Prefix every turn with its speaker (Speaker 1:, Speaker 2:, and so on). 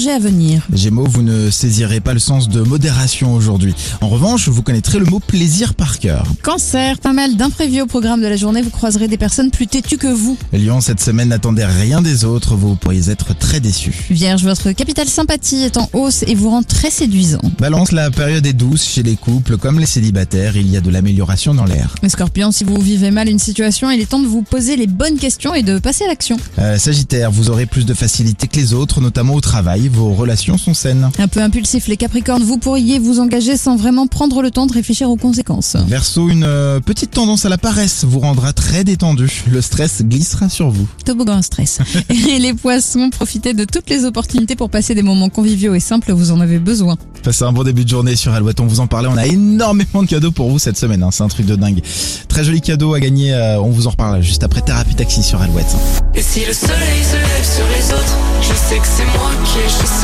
Speaker 1: projets à venir.
Speaker 2: Gémeaux, vous ne saisirez pas le sens de modération aujourd'hui. En revanche, vous connaîtrez le mot plaisir par cœur.
Speaker 1: Cancer, pas mal d'imprévus au programme de la journée, vous croiserez des personnes plus têtues que vous.
Speaker 2: Lyon, cette semaine n'attendez rien des autres, vous pourriez être très déçus.
Speaker 1: Vierge, votre capital sympathie est en hausse et vous rend très séduisant.
Speaker 2: Balance, la période est douce chez les couples comme les célibataires, il y a de l'amélioration dans l'air.
Speaker 1: Mais Scorpion, si vous vivez mal une situation, il est temps de vous poser les bonnes questions et de passer à l'action.
Speaker 2: Euh, sagittaire, vous aurez plus de facilité que les autres, notamment au travail, vos relations sont saines.
Speaker 1: Un peu impulsif, les Capricornes, vous pourriez vous engager sans vraiment prendre le temps de réfléchir aux conséquences.
Speaker 2: Verseau, une euh, petite tendance à la paresse vous rendra très détendu, le stress glissera sur vous.
Speaker 1: Toboggan à stress. Et les poissons, profitez de toutes les opportunités pour passer des moments conviviaux et simples, vous en avez besoin.
Speaker 2: Passez un bon début de journée sur Alouette, on vous en parlait, on a énormément de cadeaux pour vous cette semaine, hein, c'est un truc de dingue. Très joli cadeau à gagner, euh, on vous en reparle juste après Thérapie Taxi sur Alouette.
Speaker 3: Et si le soleil se lève sur les autres, je sais que c'est moi qui ai choisi.